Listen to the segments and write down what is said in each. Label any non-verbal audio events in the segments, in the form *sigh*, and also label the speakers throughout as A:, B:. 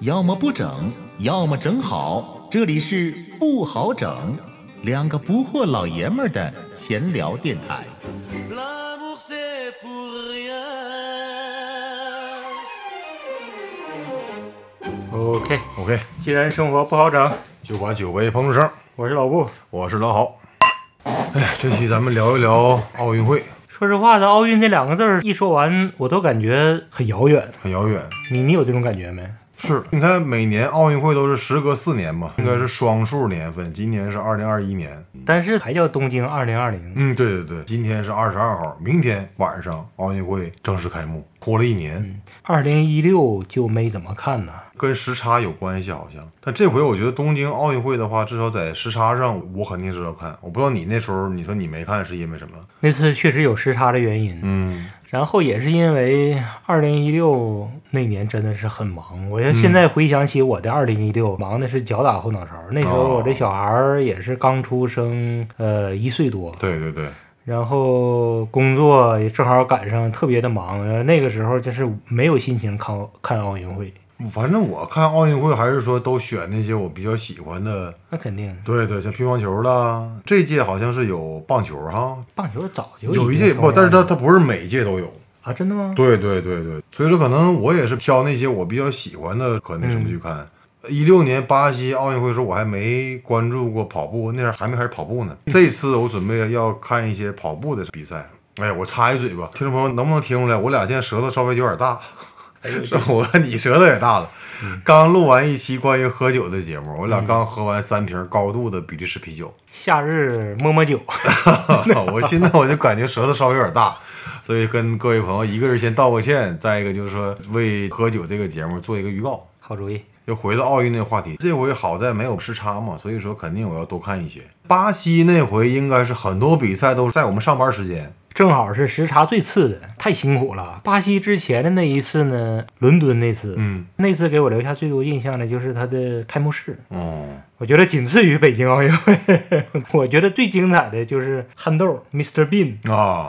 A: 要么不整，要么整好。这里是不好整，两个不惑老爷们儿的闲聊电台。
B: L'amour c'est pour rien.
C: OK，
D: OK，
C: 既然生活不好整，
D: 就把酒杯碰出声。
C: 我是老顾。
D: 我是老好。哎呀，这期咱们聊一聊奥运会，
C: 说实话，这奥运这两个字儿一说完，我都感觉很遥远。
D: 很遥远。
C: 你你有这种感觉没？
D: 是，你看每年奥运会都是时隔四年嘛，应该是双数年份，今年是二零二一年。
C: 但是还叫东京二零二零，
D: 嗯，对对对，今天是二十二号，明天晚上奥运会正式开幕，拖了一年，
C: 二零一六就没怎么看呢。
D: 跟时差有关系好像。但这回我觉得东京奥运会的话，至少在时差上我肯定是要看。我不知道你那时候你说你没看是因为什么？
C: 那次确实有时差的原因，
D: 嗯，
C: 然后也是因为二零一六那年真的是很忙。我要现在回想起我的二零一六，忙的是脚打后脑勺。那时候我这小孩儿也是刚出生，呃，一岁多。
D: 对对对，
C: 然后工作也正好赶上，特别的忙。呃那个时候就是没有心情看奥看奥运会，
D: 反正我看奥运会还是说都选那些我比较喜欢的
C: 那肯定
D: 对对，像乒乓球啦，这届好像是有棒球哈，
C: 棒球早就
D: 有
C: 已
D: 一
C: 经
D: 届
C: 受
D: 不，但是它
C: 让
D: 它不是每届都有。
C: 啊，真的吗？
D: 对对对对，所以说可能我也是挑那些我比较喜欢的，可那什么去看。一六、年巴西奥运会的时候，我还没关注过跑步，那时候还没开始跑步呢。这次我准备要看一些跑步的比赛。哎，我插一嘴吧，听众朋友能不能听出来，我俩现在舌头稍微有点大。是 *laughs* 我看你舌头也大了，刚录完一期关于喝酒的节目，我俩刚喝完三瓶高度的比利时啤酒，
C: 夏日摸摸酒， *laughs*
D: *laughs* 我现在我就感觉舌头稍微有点大，所以跟各位朋友，一个是先道个歉，再一个就是说为喝酒这个节目做一个预告。
C: 好主意。
D: 又回到奥运那个话题，这回好在没有时差嘛，所以说肯定我要多看一些。巴西那回应该是很多比赛都是在我们上班时间，
C: 正好是时差最次的，太辛苦了。巴西之前的那一次呢，伦敦那次，
D: 嗯，
C: 那次给我留下最多印象的就是它的开幕式，
D: 哦，
C: 我觉得仅次于北京奥运会。 *laughs* 我觉得最精彩的就是憨豆 Mr. Bean 哦
D: 啊，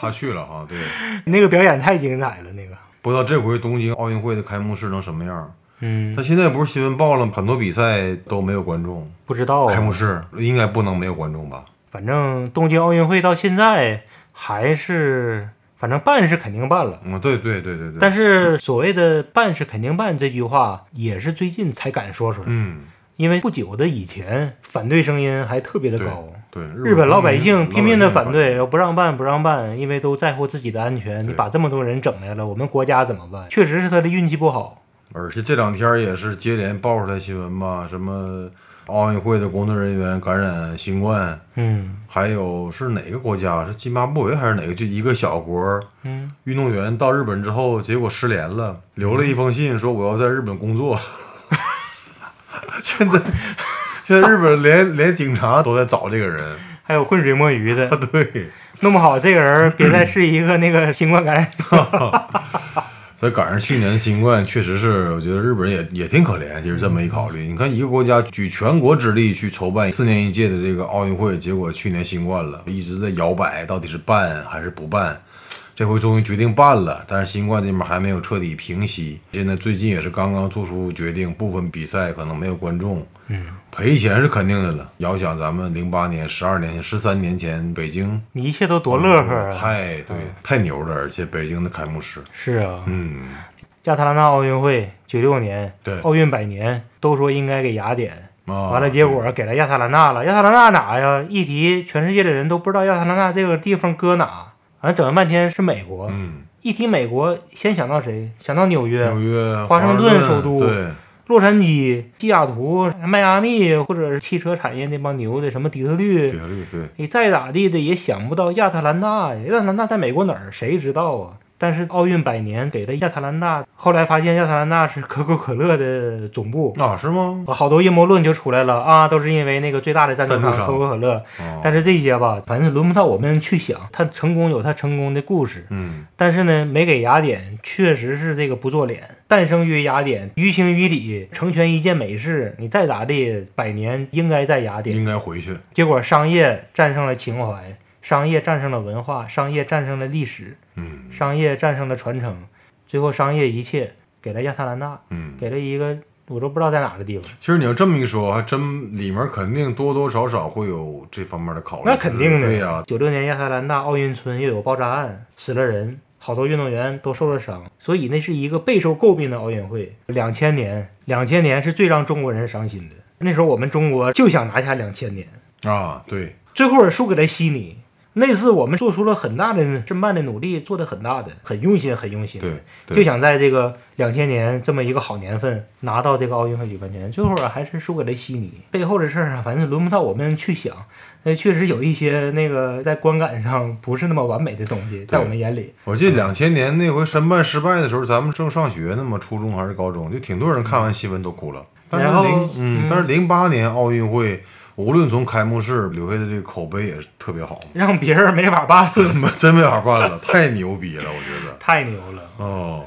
D: 他去了哈，对，
C: 那个表演太精彩了，那个，
D: 不知道这回东京奥运会的开幕式能什么样？
C: 嗯，
D: 但现在不是新闻报了，很多比赛都没有观众，
C: 不知道啊
D: 开幕式应该不能没有观众吧？
C: 反正东京奥运会到现在还是，反正办是肯定办了，
D: 嗯，对对对对对，
C: 但是所谓的办是肯定办这句话，也是最近才敢说出来，
D: 嗯。
C: 因为不久的以前，反对声音还特别的
D: 对
C: 高。
D: 对，
C: 日本老百姓拼命的
D: 反
C: 反对，哦要不让办不让办，因为都在乎自己的安全。你
D: 对
C: 把这么多人整来了，我们国家怎么办？确实是他的运气不好。
D: 而且这两天也是接连爆出来新闻嘛，什么奥运会的工作人员感染新冠，
C: 嗯
D: 还有是哪个国家？是津巴布韦还是哪个？就一个小国
C: 嗯，
D: 运动员到日本之后，结果失联了，留了一封信说我要在日本工作。 *laughs* 现在 *laughs* 现在日本连连警察都在找这个人， *laughs*
C: 还有浑水摸鱼的，
D: 对，
C: 弄不好这个人别再是一个那个新冠感染者。
D: 所以赶上去年的新冠，确实是我觉得日本人也也挺可怜。其实这么一考虑，
C: 嗯
D: 你看一个国家举全国之力去筹办四年一届的这个奥运会，结果去年新冠了，一直在摇摆，到底是办还是不办。这回终于决定办了，但是新冠这边还没有彻底平息。现在最近也是刚刚做出决定，部分比赛可能没有观众，
C: 嗯，
D: 赔钱是肯定的了。遥想咱们零八年、十二年前、十三年前北京，
C: 你一切都多乐呵啊！
D: 太对，太牛了，而且北京的开幕式，
C: 是啊，
D: 嗯，
C: 加泰罗那奥运会九六年，
D: 对
C: 奥运百年，都说应该给雅典，
D: 啊，
C: 完了结果给了亚特兰大了。亚特兰大哪呀？一提全世界的人都不知道亚特兰大这个地方搁哪，完了整了半天是美国。
D: 嗯，
C: 一提美国，先想到谁？想到纽约、
D: 纽约、
C: 啊华盛顿
D: 顿
C: 首都
D: 对，
C: 洛杉矶、西雅图、迈阿密，或者是汽车产业那帮牛的，什么底特律，
D: 铁律对，
C: 你再咋地的也想不到亚特兰大呀，亚特兰大在美国哪儿？谁知道啊？但是奥运百年给了亚特兰大，后来发现亚特兰大是可口可乐的总部，
D: 啊是吗？
C: 好多阴谋论就出来了啊，都是因为那个最大的赞助
D: 赞
C: 商
D: 助商
C: 可口可乐。
D: 哦
C: 但是这些吧，反正轮不到我们去想，它成功有它成功的故事。
D: 嗯，
C: 但是呢，没给雅典，确实是这个不做脸。诞生于雅典，于情于理，成全一件美事。你再咋地，百年应该在雅典。
D: 应该回去，
C: 结果商业战胜了情怀，商业战胜了文化，商业战胜了历史，
D: 嗯
C: 商业战胜了传承，最后商业一切给了亚特兰大，
D: 嗯，
C: 给了一个我都不知道在哪个地方。
D: 其实你要这么一说，还真里面肯定多多少少会有这方面的考虑。
C: 那肯定的。
D: 对呀、
C: 九六年亚特兰大奥运村又有爆炸案，死了人，好多运动员都受了伤，所以那是一个备受诟病的奥运会。两千年，两千年是最让中国人伤心的。那时候我们中国就想拿下两千年，
D: 啊，对，
C: 最后也输给了悉尼。那次我们做出了很大的申办的努力，做的很大的，很用心，很用心。
D: 对，对
C: 就想在这个两千年这么一个好年份拿到这个奥运会举办权，最后啊还是输给了悉尼。背后的事儿啊，反正轮不到我们去想。那确实有一些那个在观感上不是那么完美的东西，在我们眼里，
D: 我记得两千年那回申办失败的时候，咱们正上学呢嘛，初中还是高中，就挺多人看完新闻都哭了。但是
C: 然后
D: 零嗯
C: 嗯，
D: 但是零八年奥运会，无论从开幕式留下的这个口碑也是特别好，
C: 让别人没法办，
D: *laughs* 没真没法办了， *laughs* 太牛逼了，我觉得。
C: 太牛了。
D: 哦，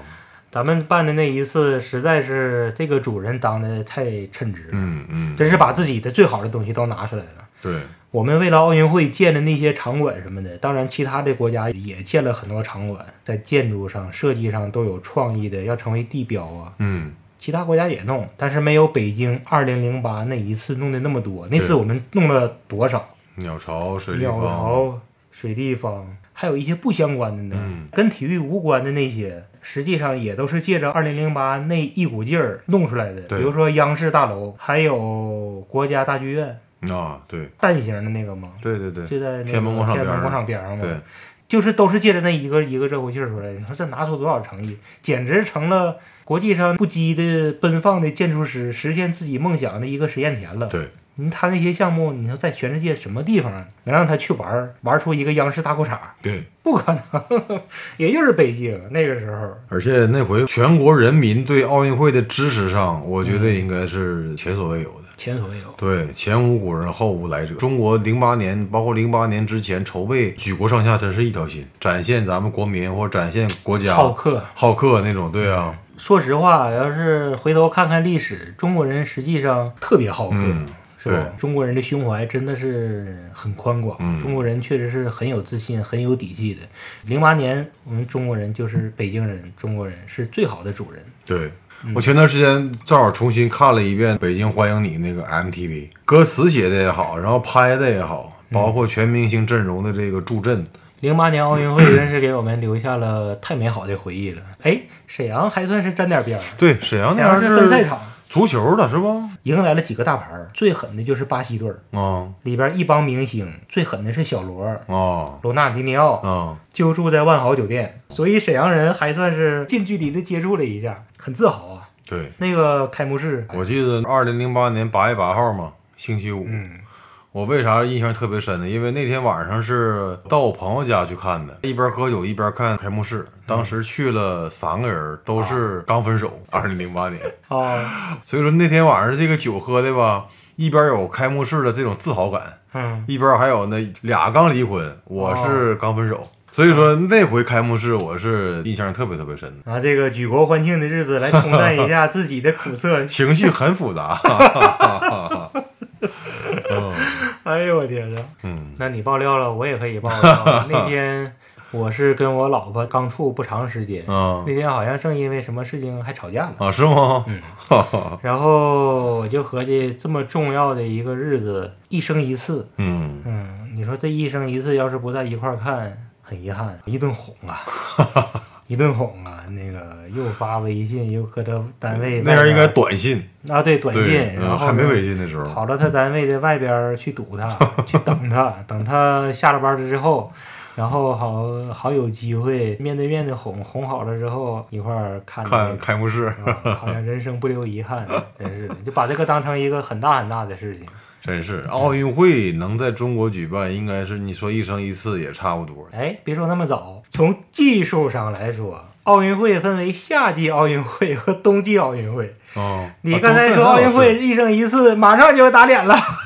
C: 咱们办的那一次，实在是这个主人当的太称职了，
D: 嗯嗯，
C: 真是把自己的最好的东西都拿出来了。
D: 对，
C: 我们为了奥运会建的那些场馆什么的，当然其他的国家也建了很多场馆，在建筑上、设计上都有创意的，要成为地标啊。
D: 嗯，
C: 其他国家也弄，但是没有北京2008那一次弄的那么多。那次
D: 对
C: 我们弄了多少？
D: 鸟巢、水立
C: 鸟
D: 方，
C: 巢、水立方，还有一些不相关的呢，
D: 嗯
C: 跟体育无关的那些，实际上也都是借着2008那一股劲儿弄出来的。
D: 对
C: 比如说央视大楼，还有国家大剧院，
D: 啊，对，
C: 蛋形的那个吗？
D: 对对对，
C: 就在那个
D: 天安门广场边
C: 天安
D: 儿
C: 门广场边上嘛，
D: 对，
C: 就是都是借着那一个一个热乎劲儿出来。你说这拿出多少诚意，简直成了国际上不羁的奔放的建筑师实现自己梦想的一个实验田了。
D: 对，
C: 你他那些项目，你说在全世界什么地方啊能让他去玩儿，玩出一个央视大裤衩儿？
D: 对。
C: 不可能， *laughs* 也就是北京那个时候。
D: 而且那回全国人民对奥运会的支持上，我觉得应该是前所未有的。
C: 前所未有，
D: 对，前无古人，后无来者。中国零八年，包括零八年之前筹备，举国上下真是一条心，展现咱们国民或者展现国家
C: 好客。
D: 好客那种。对啊，
C: 说实话，要是回头看看历史，中国人实际上特别好客，
D: 嗯
C: 是吧
D: 对？
C: 中国人的胸怀真的是很宽广，
D: 嗯
C: 中国人确实是很有自信、很有底气的。零八年，我们中国人就是北京人，中国人是最好的主人。
D: 对。我前段时间正好重新看了一遍《北京欢迎你》那个 MTV，歌词写的也好，然后拍的也好，包括全明星阵容的这个助阵，
C: 零八年奥运
D: 嗯
C: 会真是给我们留下了太美好的回忆了。哎，沈阳还算是沾点边儿，
D: 对，沈阳那
C: 沈阳
D: 边
C: 是分赛
D: 是
C: 场，
D: 足球的是吧？
C: 迎来了几个大牌儿，最狠的就是巴西队儿，
D: 啊
C: 里边一帮明星，最狠的是小罗、
D: 啊
C: 罗纳尔迪尼奥，
D: 啊！
C: 就住在万豪酒店，所以沈阳人还算是近距离的接触了一下，很自豪啊。
D: 对，
C: 那个开幕式，
D: 我记得二零零八年八月八号嘛，星期五，
C: 嗯，
D: 我为啥印象特别深呢？因为那天晚上是到我朋友家去看的，一边喝酒一边看开幕式。当时去了三个人，都是刚分手，二零零八年。
C: 啊，
D: 所以说那天晚上这个酒喝的吧，一边有开幕式的这种自豪感，
C: 嗯，
D: 一边还有那俩刚离婚，我
C: 哦
D: 是刚分手。所以说那回开幕式我是印象特别特别深的，
C: 拿这个举国欢庆的日子来冲淡一 *laughs* 下自己的苦涩。
D: 情绪很复杂。
C: *laughs*
D: 嗯
C: 哎呦我天呐，
D: 嗯
C: 那你爆料了，我也可以爆 *laughs* 料。那天我是跟我老婆刚处不长时间，
D: 嗯
C: 那天好像正因为什么事情还吵架了。
D: 啊，是吗？
C: 嗯
D: 哈哈，
C: 然后我就合计，这么重要的一个日子，一生一次，
D: *laughs* 嗯，
C: 嗯，你说这一生一次，要是不在一块儿看，很遗憾，一顿哄
D: *laughs*
C: 啊，一顿哄啊，那个又发微信，又搁他单位
D: 那时候应该
C: 外
D: 短信，
C: 边儿啊，对，短
D: 对，
C: 信，
D: 嗯
C: 然后
D: 还没
C: 呢
D: 微信的时候，
C: 跑到他单位的外边儿去堵
D: *laughs*
C: 他，去等他，等他下了班儿之后，然后好好有机会面对面的哄，哄好了之后一块儿看那
D: 看
C: 个
D: 开幕式，
C: 啊好像人生不留遗憾，真是的，就把这个当成一个很大很大的事情。
D: 真是奥运会能在中国举办，应该是你说一生一次也差不多。
C: 哎，别说那么早，从技术上来说，奥运会分为夏季奥运会和冬季奥运会。
D: 啊，
C: 哎你
D: 啊
C: 刚才说奥运，会一生一次，马上就要打脸了，
D: 对那倒是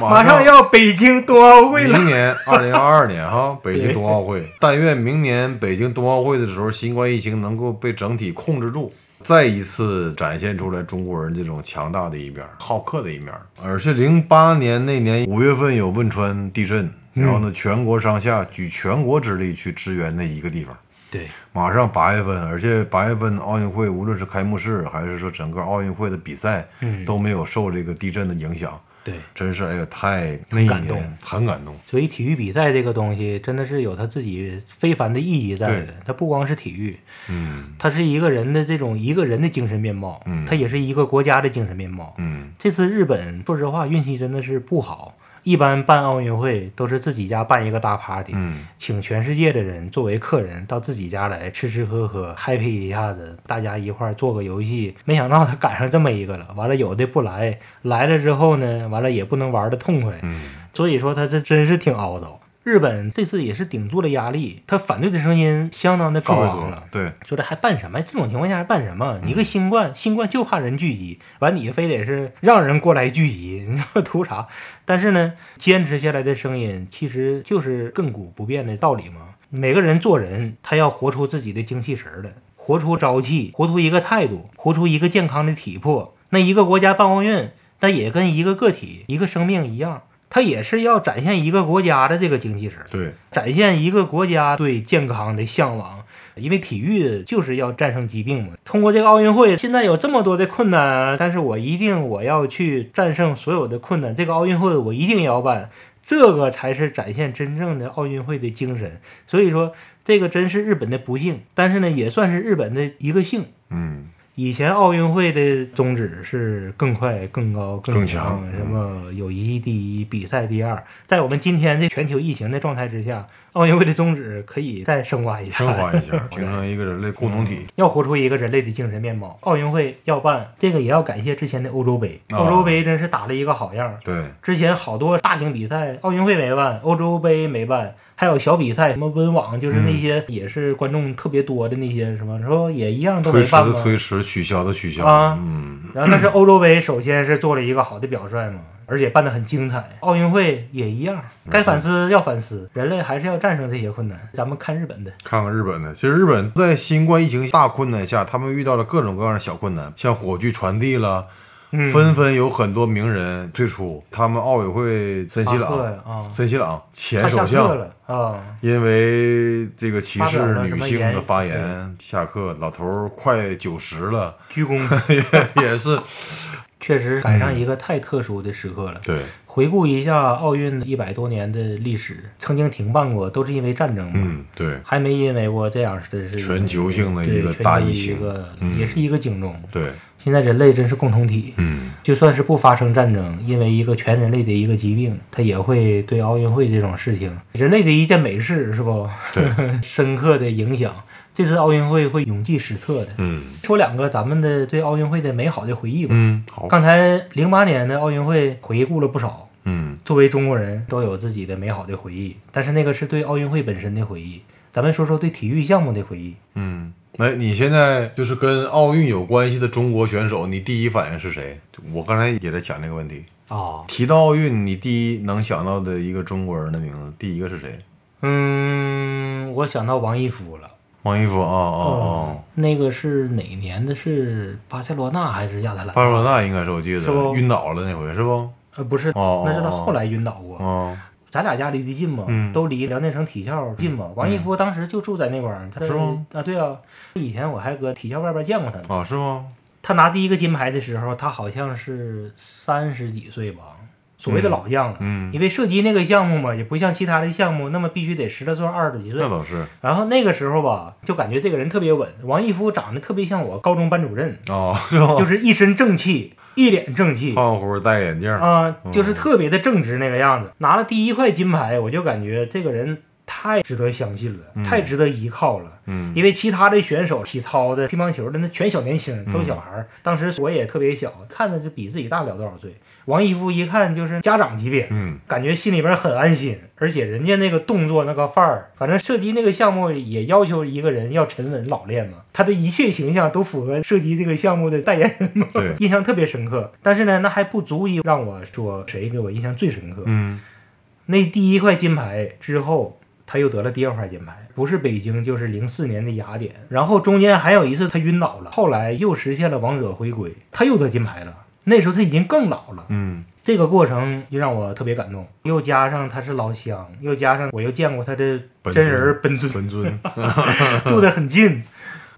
C: 马上要北京冬奥会了。
D: 明年二零二二年
C: *laughs*
D: 哈，北京冬奥会，但愿明年北京冬奥会的时候，新冠疫情能够被整体控制住。再一次展现出来中国人这种强大的一面，好客的一面。而且零八年那年五月份有
C: 嗯
D: 汶川地震，然后呢，全国上下举全国之力去支援那一个地方。
C: 对，
D: 马上八月份，而且八月份奥运会无论是开幕式还是说整个奥运会的比赛，
C: 嗯
D: 都没有受这个地震的影响，
C: 对。
D: 真是哎呀太那一
C: 感动
D: 年很感动，
C: 所以体育比赛这个东西真的是有它自己非凡的意义在
D: 对
C: 的，它不光是体育，
D: 嗯
C: 它是一个人的这种一个人的精神面貌，
D: 嗯
C: 它也是一个国家的精神面貌。
D: 嗯
C: 这次日本说实话运气真的是不好，一般办奥运会都是自己家办一个大 party，、
D: 嗯，
C: 请全世界的人作为客人到自己家来吃吃喝喝，happy 一下子，大家一块儿做个游戏。没想到他赶上这么一个了，完了有的不来，来了之后呢，完了也不能玩的痛快，
D: 嗯
C: 所以说他这真是挺凹糟。日本这次也是顶住了压力，他反对的声音相当的
D: 特
C: 高
D: 别
C: 昂
D: 多
C: 了，。
D: 啊对，
C: 说这还办什么？这种情况下还办什么？你个新冠，新冠就怕人聚集，完你非得是让人过来聚集， *laughs* 你说图啥？但是呢，坚持下来的声音其实就是亘古不变的道理嘛。每个人做人，他要活出自己的精气神儿来，活出朝气，活出一个态度，活出一个健康的体魄。那一个国家办奥运，那也跟一个个体、一个生命一样，它也是要展现一个国家的这个精气神儿。
D: 对，
C: 展现一个国家对健康的向往。因为体育就是要战胜疾病嘛。通过这个奥运会，现在有这么多的困难，但是我一定我要去战胜所有的困难。这个奥运会我一定要办，这个才是展现真正的奥运会的精神。所以说，这个真是日本的不幸，但是呢，也算是日本的一个幸。 *laughs*
D: 嗯
C: 以前奥运会的宗旨是更快、更高、
D: 更
C: 强
D: 强，嗯
C: 什么友谊第一，比赛第二。在我们今天这全球疫情的状态之下，奥运会的宗旨可以再升华一下，
D: 升华一下，形成一个人类共同体，
C: 要活出一个人类的精神面貌。奥运会要办，这个也要感谢之前的欧洲杯，
D: 啊
C: 欧洲杯真是打了一个好样儿。
D: 对，
C: 之前好多大型比赛，奥运会没办，欧洲杯没办，还有小比赛，什么温网，就是
D: 嗯
C: 那些也是观众特别多的那些什么，说也一样都没
D: 推迟
C: 办
D: 的
C: 嘛。
D: 推迟，取消的取消，
C: 啊
D: 嗯
C: 然后，但是欧洲杯首先是做了一个好的表率嘛，而且办得很精彩。奥运会也一样，该反思要反思，人类还是要战胜这些困难。咱们看日本的，
D: 看看日本的，其实日本在新冠疫情大困难下，他们遇到了各种各样的小困难，像火炬传递了，
C: 嗯，
D: 纷纷有很多名人退出。他们奥委会森西
C: 巴赫
D: 朗，
C: 呀啊，
D: 森西朗前
C: 他
D: 首
C: 下课
D: 相，
C: 了
D: *laughs*
C: 啊，
D: 因为这个歧
C: 发表
D: 视
C: 了什
D: 女
C: 么
D: 性的
C: 言
D: 发言下课。老头儿快九十了，
C: 鞠躬，
D: *laughs* 也也是
C: 确实赶上一个太特殊的时刻了。
D: 嗯对，
C: 回顾一下奥运一百多年的历史，曾经停办过，都是因为战争嘛。
D: 嗯对
C: 还没因为过这样的是
D: 全球性的一个
C: 对全球
D: 大疫情
C: 一个
D: 嗯
C: 也是一个警钟。
D: 对，
C: 现在人类真是共同体，
D: *laughs* 嗯
C: 就算是不发生战争，因为一个全人类的一个疾病，它也会对奥运会这种事情，人类的一件美事，是不？
D: 对
C: *laughs* 深刻的影响。这次奥运会会永记史册的。
D: 嗯
C: 说两个咱们的对奥运会的美好的回忆吧。
D: 嗯好
C: 刚才零八年的奥运会回顾了不少，
D: 嗯
C: 作为中国人都有自己的美好的回忆，但是那个是对奥运会本身的回忆。咱们说说对体育项目的回忆。
D: 嗯，哎，你现在就是跟奥运有关系的中国选手，你第一反应是谁？我刚才也在想这个问题。
C: 哦，
D: 提到奥运，你第一能想到的一个中国人的名字，第一个是谁？
C: 嗯，我想到王一夫了。
D: 王一夫啊哦哦，
C: 嗯那个是哪年的？是巴塞罗那还是亚特兰？
D: 巴塞罗那应该是我记
C: 是
D: 得
C: 不
D: 晕倒了那回是不？
C: 呃，不是，
D: 哦
C: 那是他
D: 哦哦
C: 后来晕倒过。
D: 哦，
C: 咱俩家离得近嘛，
D: 嗯
C: 都离辽宁省体校近嘛。王一夫当时就住在那块儿，他
D: 是吗？
C: 啊，对啊，以前我还搁体校外边见过他呢。
D: 啊是吗？
C: 他拿第一个金牌的时候，他好像是三十几岁吧，所谓的老将了。
D: 嗯
C: 因为射击那个项目嘛，也不像其他的项目，那么必须得十来岁、二十几岁
D: 那。倒是
C: 然后那个时候吧，就感觉这个人特别稳。王一夫长得特别像我高中班主任，
D: 哦是吗？
C: 就是一身正气，一脸正气啊、
D: 胖乎戴眼镜，
C: 就是特别的正直那个样子。拿了第一块金牌，我就感觉这个人太值得相信了，太值得依靠了。
D: 嗯
C: 因为其他的选手，体操的、乒乓球的，那全小年
D: 嗯
C: 轻，都小孩儿。当时我也特别小，看着就比自己大不了多少岁。王一夫一看就是家长级别，
D: 嗯
C: 感觉心里边很安心，而且人家那个动作那个范儿，反正射击那个项目也要求一个人要沉稳老练嘛，他的一切形象都符合射击这个项目的代言人嘛，
D: 对
C: 印象特别深刻。但是呢，那还不足以让我说谁给我印象最深刻。
D: 嗯
C: 那第一块金牌之后，他又得了第二块金牌，不是北京就是零四年的雅典，然后中间还有一次他晕倒了，后来又实现了王者回归，他又得金牌了。那时候他已经更老了，
D: 嗯
C: 这个过程就让我特别感动，又加上他是老乡，又加上我又见过他的
D: 本
C: 真人儿本
D: *laughs*
C: 尊，
D: 本尊，
C: 住得很近。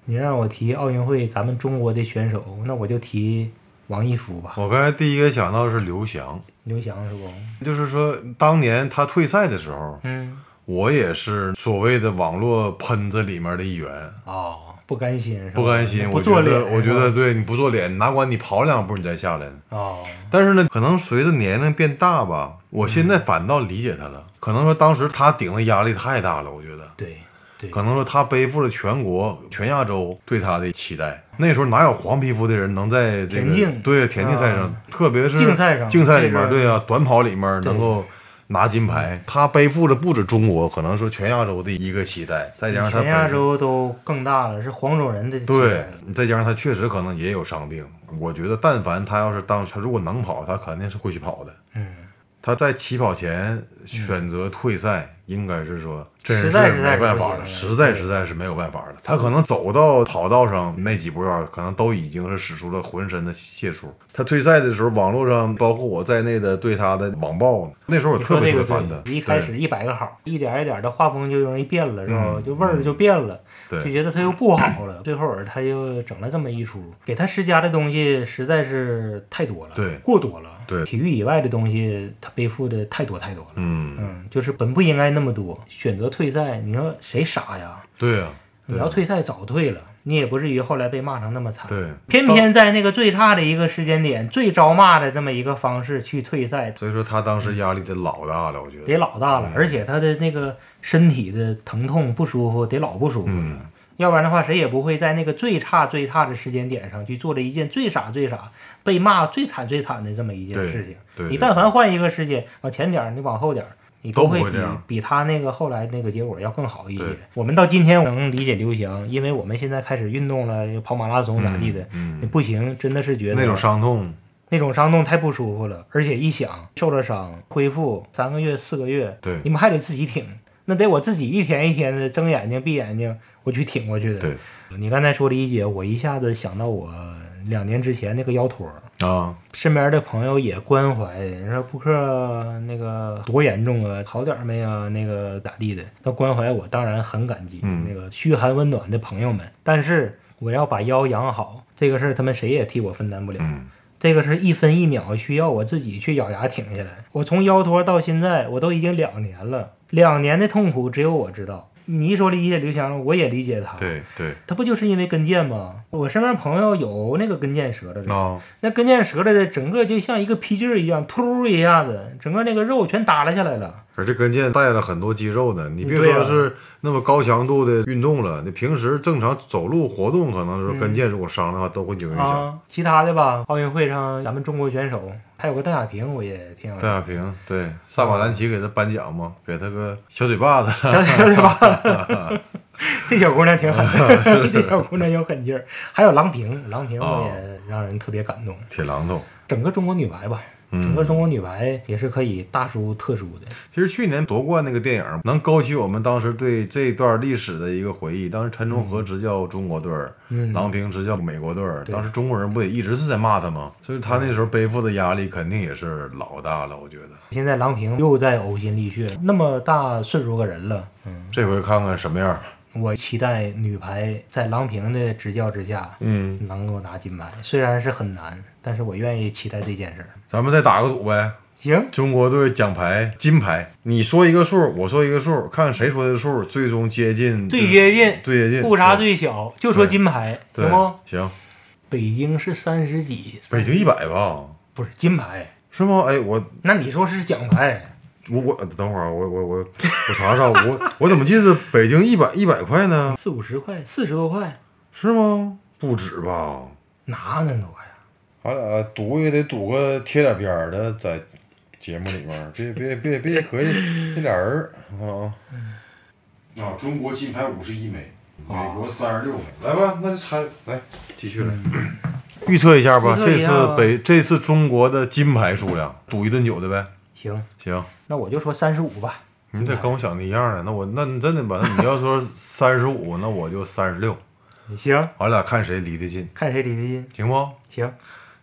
C: 你让我提奥运会咱们中国的选手，那我就提王一夫吧，
D: 我刚才第一个想到是刘翔，
C: 刘翔是不？
D: 就是说当年他退赛的时候，
C: 嗯，
D: 我也是所谓的网络喷子里面的一员，
C: 哦，不甘心是吧？
D: 不甘心，
C: 哦不
D: 我
C: 做
D: 觉
C: 脸
D: 得
C: 是吧，
D: 我觉得对你不做脸，哪管你跑两步你再下来呢。
C: 哦，
D: 但是呢，可能随着年龄变大吧，我现
C: 嗯
D: 在反倒理解他了。可能说当时他顶的压力太大了，我觉得，
C: 对对，
D: 可能说他背负了全国、全亚洲对他的期待。那时候哪有黄皮肤的人能在这个
C: 田径
D: 对田径赛上，
C: 啊
D: 特别是
C: 竞赛上
D: 竞赛里
C: 这
D: 面
C: 个
D: 对啊，短跑里面
C: 对
D: 能够。拿金牌，他背负着不止中国，可能说全亚洲的一个期待，再加上他
C: 全
D: 本
C: 亚
D: 身
C: 洲都更大了，是黄种人的期待
D: 对
C: 了，嗯
D: 再加上他确实可能也有伤病，我觉得但凡他要是当时他如果能跑，他肯定是会去跑的。
C: 嗯，
D: 他在起跑前选择退赛，应该是说真
C: 实在
D: 是没办法了，
C: 实
D: 实
C: 在
D: 在
C: 是不行了
D: 实在是没有办法了。他可能走到跑道上那几步远，可能都已经是使出了浑身的解数。他退赛的时候，网络上包括我在内的对他的网暴，那时候我
C: 你
D: 特
C: 说
D: 别
C: 这
D: 特
C: 个
D: 别烦他
C: 对，。一开始一百个好，一点一点的画风就容易变了，是吧？就味儿就变了，
D: 嗯对
C: 就觉得他又不好了。最后儿他又整了这么一出，给他施加的东西实在是太多了，
D: 对
C: 过多了。
D: 对
C: 体育以外的东西，他背负的太多太多了。
D: 嗯，
C: 嗯，就是本不应该那么多，选择退赛，你说谁傻呀？
D: 对啊呀、
C: 你要退赛早退了，你也不至于后来被骂成那么惨。
D: 对，
C: 偏偏在那个最差的一个时间点、最招骂的这么一个方式去退赛，
D: 所以说他当时压力得老大了，我觉得。
C: 得老
D: 嗯
C: 大了，而且他的那个身体的疼痛不舒服，得老不舒服了。
D: 嗯
C: 要不然的话，谁也不会在那个最差最差的时间点上去做了一件最傻最傻、被骂最惨最惨的这么一件
D: 对
C: 事情。
D: 对
C: 你
D: 对
C: 但凡换一个时间，往前点儿，你往后点儿，你
D: 都不
C: 会
D: 会
C: 比
D: 这样
C: 比他那个后来那个结果要更好一些
D: 对。
C: 我们到今天能理解刘翔，因为我们现在开始运动了，又跑马拉松咋地的，
D: 嗯嗯
C: 你不行，真的是觉得
D: 那种伤痛，
C: 那种伤痛太不舒服了，而且一想受了伤，恢复三个月四个月，
D: 对
C: 你们还得自己挺，那得我自己一天一天的睁眼睛闭眼睛，我去挺过去的。
D: 对
C: 你刚才说理解，我一下子想到我两年之前那个腰托儿，
D: 啊，
C: 身边的朋友也关怀，你说扑克那个多严重啊，好点儿没啊，那个咋地的？他关怀我，当然很感激。
D: 嗯
C: 那个嘘寒问暖的朋友们，但是我要把腰养好这个事儿，他们谁也替我分担不了。
D: 嗯，
C: 这个是一分一秒需要我自己去咬牙挺下来。我从腰托到现在，我都已经两年了，两年的痛苦只有我知道。你一说理解刘翔，我也理解他。，
D: 对对，
C: 他不就是因为跟腱吗？我身边朋友有那个跟腱折了的，
D: 那
C: 那跟腱折了的，整个就像一个皮筋儿一样，突一下子，整个那个肉全耷拉下来了。
D: 而且跟腱带了很多肌肉呢，你别
C: 对啊
D: 说是那么高强度的运动了，你平时正常走路活动，可能
C: 嗯
D: 是跟腱如果伤的话，都会有影响。
C: 啊，其他的吧，奥运会上咱们中国选手还有个邓亚萍，我也挺想
D: 戴亚萍对萨马兰奇给他颁奖嘛，给他个小嘴巴子， *laughs*
C: 想想对吧？ *laughs* 这小姑娘挺狠
D: *laughs*
C: 的，这小姑娘有狠劲儿。还有郎平，郎平
D: 哦
C: 也让人特别感动。
D: 铁榔头。
C: 整个中国女排吧，
D: 嗯
C: 整个中国女排也是可以大输特输的。
D: 其实去年夺冠那个电影，能勾起我们当时对这段历史的一个回忆。当时陈忠和执教中国队儿，
C: 嗯
D: 郎平执教美国队儿，
C: 对
D: 当时中国人不也一直是在骂他吗？所以他那时候背负的压力肯定也是老大了，我觉得。
C: 现在郎平又在呕心沥血，那么大岁数个人了，嗯，
D: 这回看看什么样儿。
C: 我期待女排在郎平的执教之下
D: 嗯，
C: 能够拿金牌，虽然是很难，但是我愿意期待这件事儿。
D: 咱们再打个赌呗。
C: 行，
D: 中国队奖牌金牌，你说一个数，我说一个数，看谁说的数最终接近
C: 最接近
D: 最接近
C: 误差最小，就说
D: 对
C: 金牌，
D: 对
C: 行不？
D: 行，
C: 北京是三十几，
D: 北京一百吧，
C: 不是金牌，
D: 是吗？哎，我
C: 那你说是奖牌？
D: 我我等会儿啊，我我我我查查，我我怎么记得北京一百一百块呢？
C: 四五十块，四十多块，
D: 是吗？不止吧，
C: 哪那么多呀？
D: 咱俩赌也得赌个贴点边儿的，在节目里面儿，别别别别合计这俩人儿啊。啊，中国金牌五十一枚，美国三十六枚，来吧，那就猜来继续来。嗯预测一下
C: 预
D: 吧，
C: 测
D: 这
C: 一下
D: 次
C: 吧
D: 北这次中国的金牌数量，赌一顿酒的呗。
C: 行，
D: 行，
C: 那我就说三十五吧。
D: 你得跟我想的一样的，那我那你真的吧，那你要说三十五，那我就三十六，
C: 行，
D: 俺俩看谁离得近，
C: 看谁离得近。
D: 行不？
C: 行，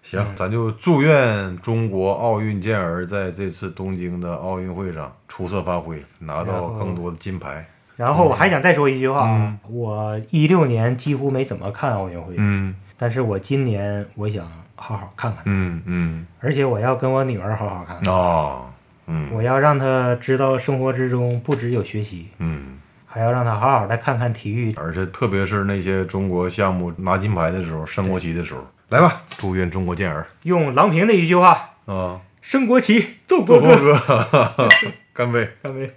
D: 行，咱就祝愿中国奥运健儿在这次东京的奥运会上出色发挥，拿
C: 然
D: 到
C: 后
D: 更多的金牌。
C: 然后我还想再说一句话啊，我一六年几乎没怎么看奥运会，
D: 嗯
C: 但是我今年我想好好看看，
D: 嗯嗯
C: 而且我要跟我女儿好好看看，
D: 啊嗯
C: 我要让她知道生活之中不只有学习，
D: 嗯，
C: 还要让她好好的看看体育。
D: 而且特别是那些中国项目拿金牌的时候，升国旗的时候，来吧，祝愿中国健儿
C: 用郎平的一句话：
D: 啊，
C: 升国旗，奏 *laughs*
D: 做
C: 国
D: 国
C: 歌。
D: *laughs* 歌，干杯！
C: 干杯！